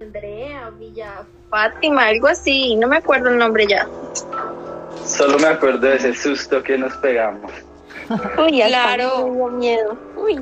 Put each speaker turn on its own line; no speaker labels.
Andrea, Villa Fátima, algo así, no me acuerdo el nombre ya.
Solo me acuerdo de ese susto que nos pegamos.
Uy, claro. Tengo miedo. Uy.